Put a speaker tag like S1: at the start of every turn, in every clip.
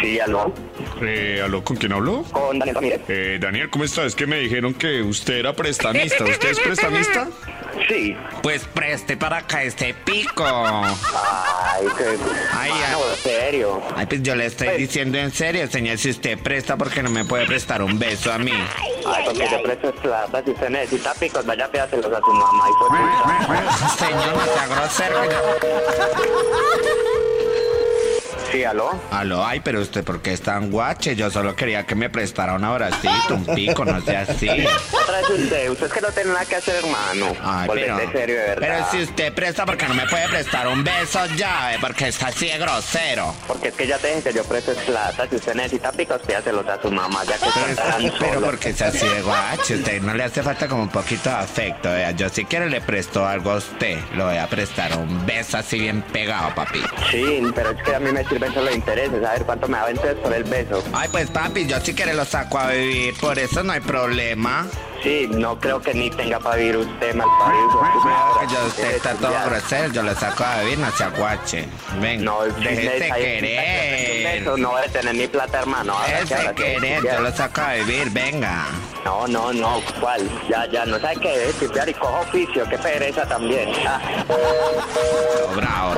S1: Sí, aló,
S2: Eh, ¿Aló? ¿Con quién habló?
S1: con Daniel Ramírez.
S2: Eh, Daniel, ¿cómo está? Es que me dijeron que usted era prestamista. ¿Usted es prestamista?
S1: Sí.
S3: Pues preste para acá este pico.
S1: Ay, qué.
S3: Ay,
S1: Mano,
S3: ay.
S1: en serio.
S3: Ay, pues yo le estoy diciendo en serio, señor, si usted presta, porque no me puede prestar un beso a mí.
S1: Ay, porque te presto plata. Si usted necesita picos, vaya, pédaselos a su mamá. Y pues, fue
S3: Señor, no sea grosero. oiga.
S1: Sí, aló.
S3: Aló, ay, pero usted, ¿por qué es tan guache? Yo solo quería que me prestara un abracito, un pico, no sea así.
S1: Otra vez usted. Usted es que no tiene nada que hacer, hermano.
S3: Ay, pero,
S1: Volvete serio, de verdad.
S3: pero si usted presta, porque no me puede prestar un beso ya? eh? Porque es así de grosero.
S1: Porque es que ya te dije que yo presto plata. Si usted necesita picos, pédaselos a su mamá, ya que
S3: Pero,
S1: están tan
S3: es- pero
S1: solos.
S3: porque es así de guache, usted no le hace falta como un poquito de afecto, vea. Yo si quiere le presto algo a usted, lo voy a prestar un beso así bien pegado, papi.
S1: Sí, pero es que a mí me sirven solo intereses. A ver cuánto me da entonces por el beso.
S3: Ay, pues papi, yo si quiere lo saco a vivir, por eso no hay problema.
S1: Sí, no creo que ni tenga para vivir usted, mal parido.
S3: Vea que yo usted está todo grosero, yo lo saco a vivir, no se aguache. Ven,
S1: No, si
S3: déjese
S1: necesita- necesita
S3: querer.
S1: un beso, no voy a tener ni plata, hermano. Ahora que
S3: Déjese
S1: ahora que-
S3: querer, yo lo saco a vivir, venga.
S1: No, no, no, ¿cuál? Ya, ya, no sabe qué es, tipear y cojo oficio, qué pereza también. Ah,
S3: Todo Bravo,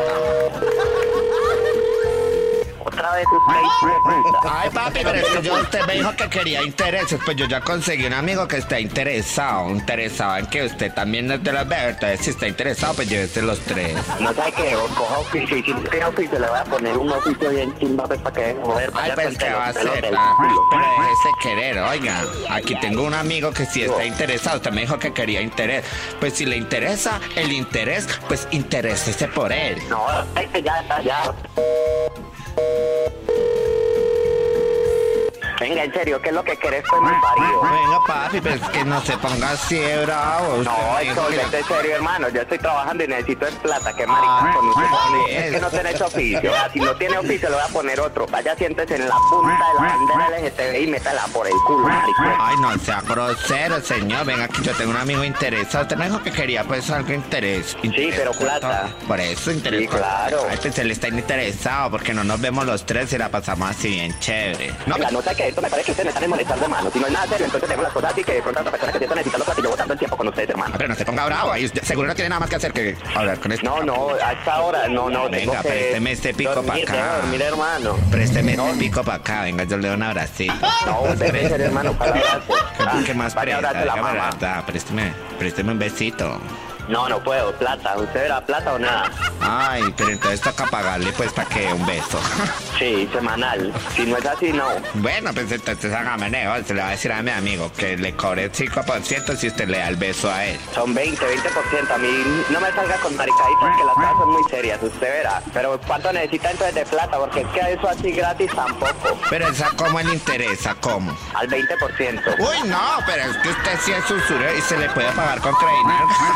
S1: otra vez usted hizo de puta.
S3: Ay, papi, pero es que yo, usted me dijo que quería intereses. Pues yo ya conseguí un amigo que está interesado. Interesado en que usted también es de las vegas. Entonces, si está interesado, pues llévese los tres.
S1: No sabe qué, o cojo oficio, y si no tiene oficio le voy a poner un oficio bien chimba pues, para que deje de joder.
S3: Ay,
S1: vaya
S3: pues,
S1: con
S3: ¿qué
S1: los
S3: va a
S1: pelos
S3: hacer,
S1: del
S3: papi?
S1: culo.
S3: Pero déjese querer, oiga. Aquí tengo un amigo que sí está interesado. Usted me dijo que quería interés. Pues si le interesa el interés, pues interésese por él.
S1: No, ay, ya, ya, ya. Venga, en serio, ¿qué es lo que querés con mi parido?
S3: Venga, papi, pero es que no se ponga así de bravo. Usted
S1: No,
S3: me
S1: es
S3: dijo que la-
S1: en serio, hermano. Yo estoy trabajando y necesito el plata. Qué
S3: Ah,
S1: maricón con usted, hermano. Es que no tenés oficio. Ah, Si no tiene oficio, le voy a poner otro. Vaya, siéntese en la punta de la
S3: ah,
S1: bandera LGTBI y métala por el culo, maricón.
S3: Ay, no sea grosero, señor. Venga, aquí yo tengo un amigo interesado. Usted me dijo que quería, pues, algo interés. interés
S1: pero
S3: con
S1: plata.
S3: todo. Por eso, interés.
S1: Sí,
S3: con-
S1: claro.
S3: Ay, pues, él está interesado porque no nos vemos los tres y la pasamos así bien chévere. No, pues
S1: Venga, no sé que esto me parece que ustedes me están en molestar, hermano. Si no es nada serio, entonces tengo las cosas así que de pronto las personas que sí están necesitando plata y yo votando el tiempo con ustedes,
S3: Ah,
S1: hermano.
S3: pero no se ponga bravo. Ahí usted- seguro no tiene nada más que hacer que hablar con este.
S1: No, no, a esta hora, no, no. tengo
S3: Venga,
S1: que
S3: présteme este pico para
S1: dormir,
S3: acá.
S1: deja dormir, hermano.
S3: Présteme este pico para acá. Venga, yo le doy un abracito.
S1: No, usted es serio, hermano, para Ah,
S3: ¿Qué, qué más presta?
S1: la
S3: Dígame la
S1: mamá.
S3: verdad. Présteme, présteme un besito.
S1: No, no puedo, plata. ¿Usted era plata o nada?
S3: Ay, pero entonces toca pagarle, pues, para que un beso.
S1: Sí, semanal. Si no es así, no.
S3: Bueno, pues entonces hágame negocio. Le voy a decir a mi amigo que le cobre 5% si usted le da el beso a él.
S1: Son 20, 20%. A mí no me salga con maricaditas que las cosas son muy serias, usted verá. Pero ¿cuánto necesita entonces de plata? Porque es que eso así gratis tampoco.
S3: Pero esa cómo le interesa, cómo.
S1: Al 20%.
S3: Uy, no, pero es que usted sí es usurero y se le puede pagar con credinar.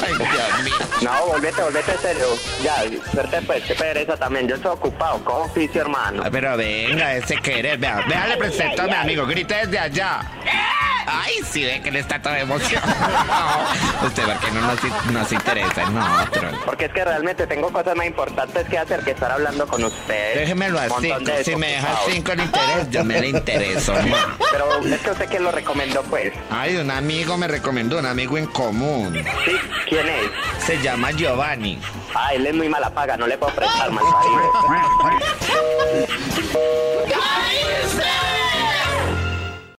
S3: Ay, Dios mío.
S1: No, volvete, volvete serio. Ya, suerte pues, qué pereza también. Yo estoy ocupado, con oficio, hermano.
S3: Ay, Ah, Pero venga, ese querer, vea, vea, le presento a mi amigo, grite desde allá. Ay, sí, ve que le está toda emocionado. Usted, ¿por qué no nos, in- nos interesa en nosotros?
S1: Porque es que realmente tengo cosas más importantes que hacer que estar hablando con ustedes.
S3: Déjemelo a
S1: Un montón
S3: 5.
S1: de
S3: Si me deja
S1: desocupados.
S3: 5 el interés, yo me le intereso más.
S1: Pero es que usted quién lo recomendó, pues.
S3: Ay, un amigo me recomendó, un amigo en común.
S1: Sí, ¿quién es?
S3: Se llama Giovanni.
S1: Ah, él es muy mala paga, no le puedo prestar mal parido.